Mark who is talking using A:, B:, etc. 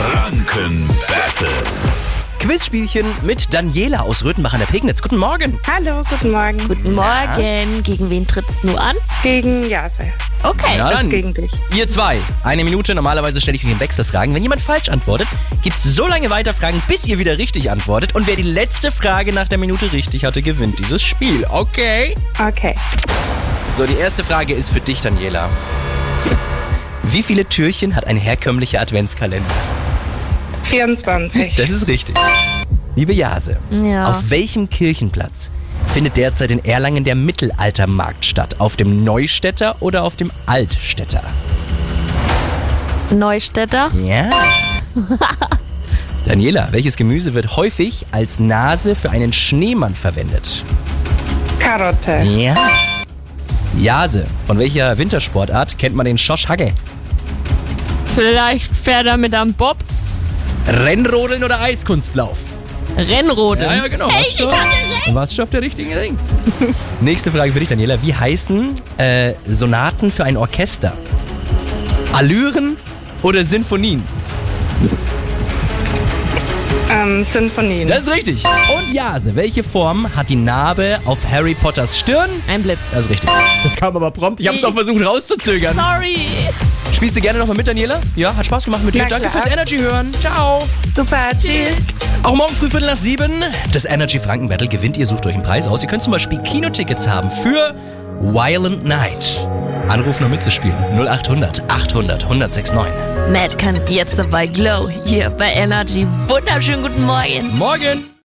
A: Franken Battle.
B: Quizspielchen mit Daniela aus Röthenbach an der Pegnitz. Guten Morgen.
C: Hallo, guten Morgen.
D: Guten Morgen. Gegen wen trittst du an?
C: Gegen Jase.
D: Okay.
B: Na dann,
C: Gegen dich.
B: ihr zwei. Eine Minute, normalerweise stelle ich euch im Wechsel Fragen. Wenn jemand falsch antwortet, gibt es so lange weiter Fragen, bis ihr wieder richtig antwortet. Und wer die letzte Frage nach der Minute richtig hatte, gewinnt dieses Spiel. Okay?
C: Okay.
B: So, die erste Frage ist für dich, Daniela. Wie viele Türchen hat ein herkömmlicher Adventskalender?
C: 24.
B: Das ist richtig. Liebe Jase,
D: Ja.
B: auf welchem Kirchenplatz findet derzeit in Erlangen der Mittelaltermarkt statt? Auf dem Neustädter oder auf dem Altstädter?
D: Neustädter.
B: Ja. Daniela, welches Gemüse wird häufig als Nase für einen Schneemann verwendet?
C: Karotte.
B: Ja. Jase, von welcher Wintersportart kennt man den Schosch Hagge?
D: Vielleicht fährt er mit am Bob.
B: Rennrodeln oder Eiskunstlauf?
D: Rennrodeln. Hey,
B: genau. Warst
D: ich
B: schon-
D: hab gesagt.
B: warst schon auf der richtigen Ring. Nächste Frage für dich, Daniela. Wie heißen äh, Sonaten für ein Orchester? Allüren oder Sinfonien?
C: Ähm, Sinfonien.
B: Das ist richtig. Und Jase, welche Form hat die Narbe auf Harry Potters Stirn?
D: Ein Blitz.
B: Das ist richtig. Das kam aber prompt. Ich hab's noch versucht rauszuzögern.
D: Sorry.
B: Spielst du gerne nochmal mit, Daniela? Ja, hat Spaß gemacht mit dir.
C: Na
B: Danke
C: klar.
B: fürs Energy hören. Ciao.
C: Super. Tschüss.
B: Auch morgen früh Viertel nach sieben. Das Energy Franken Battle gewinnt. Ihr sucht euch einen Preis aus. Ihr könnt zum Beispiel Kinotickets haben für Violent Night. Anrufen, um mitzuspielen. 0800 800 1069.
D: Matt kann jetzt dabei Glow hier bei Energy. Wunderschönen guten Morgen.
B: Morgen.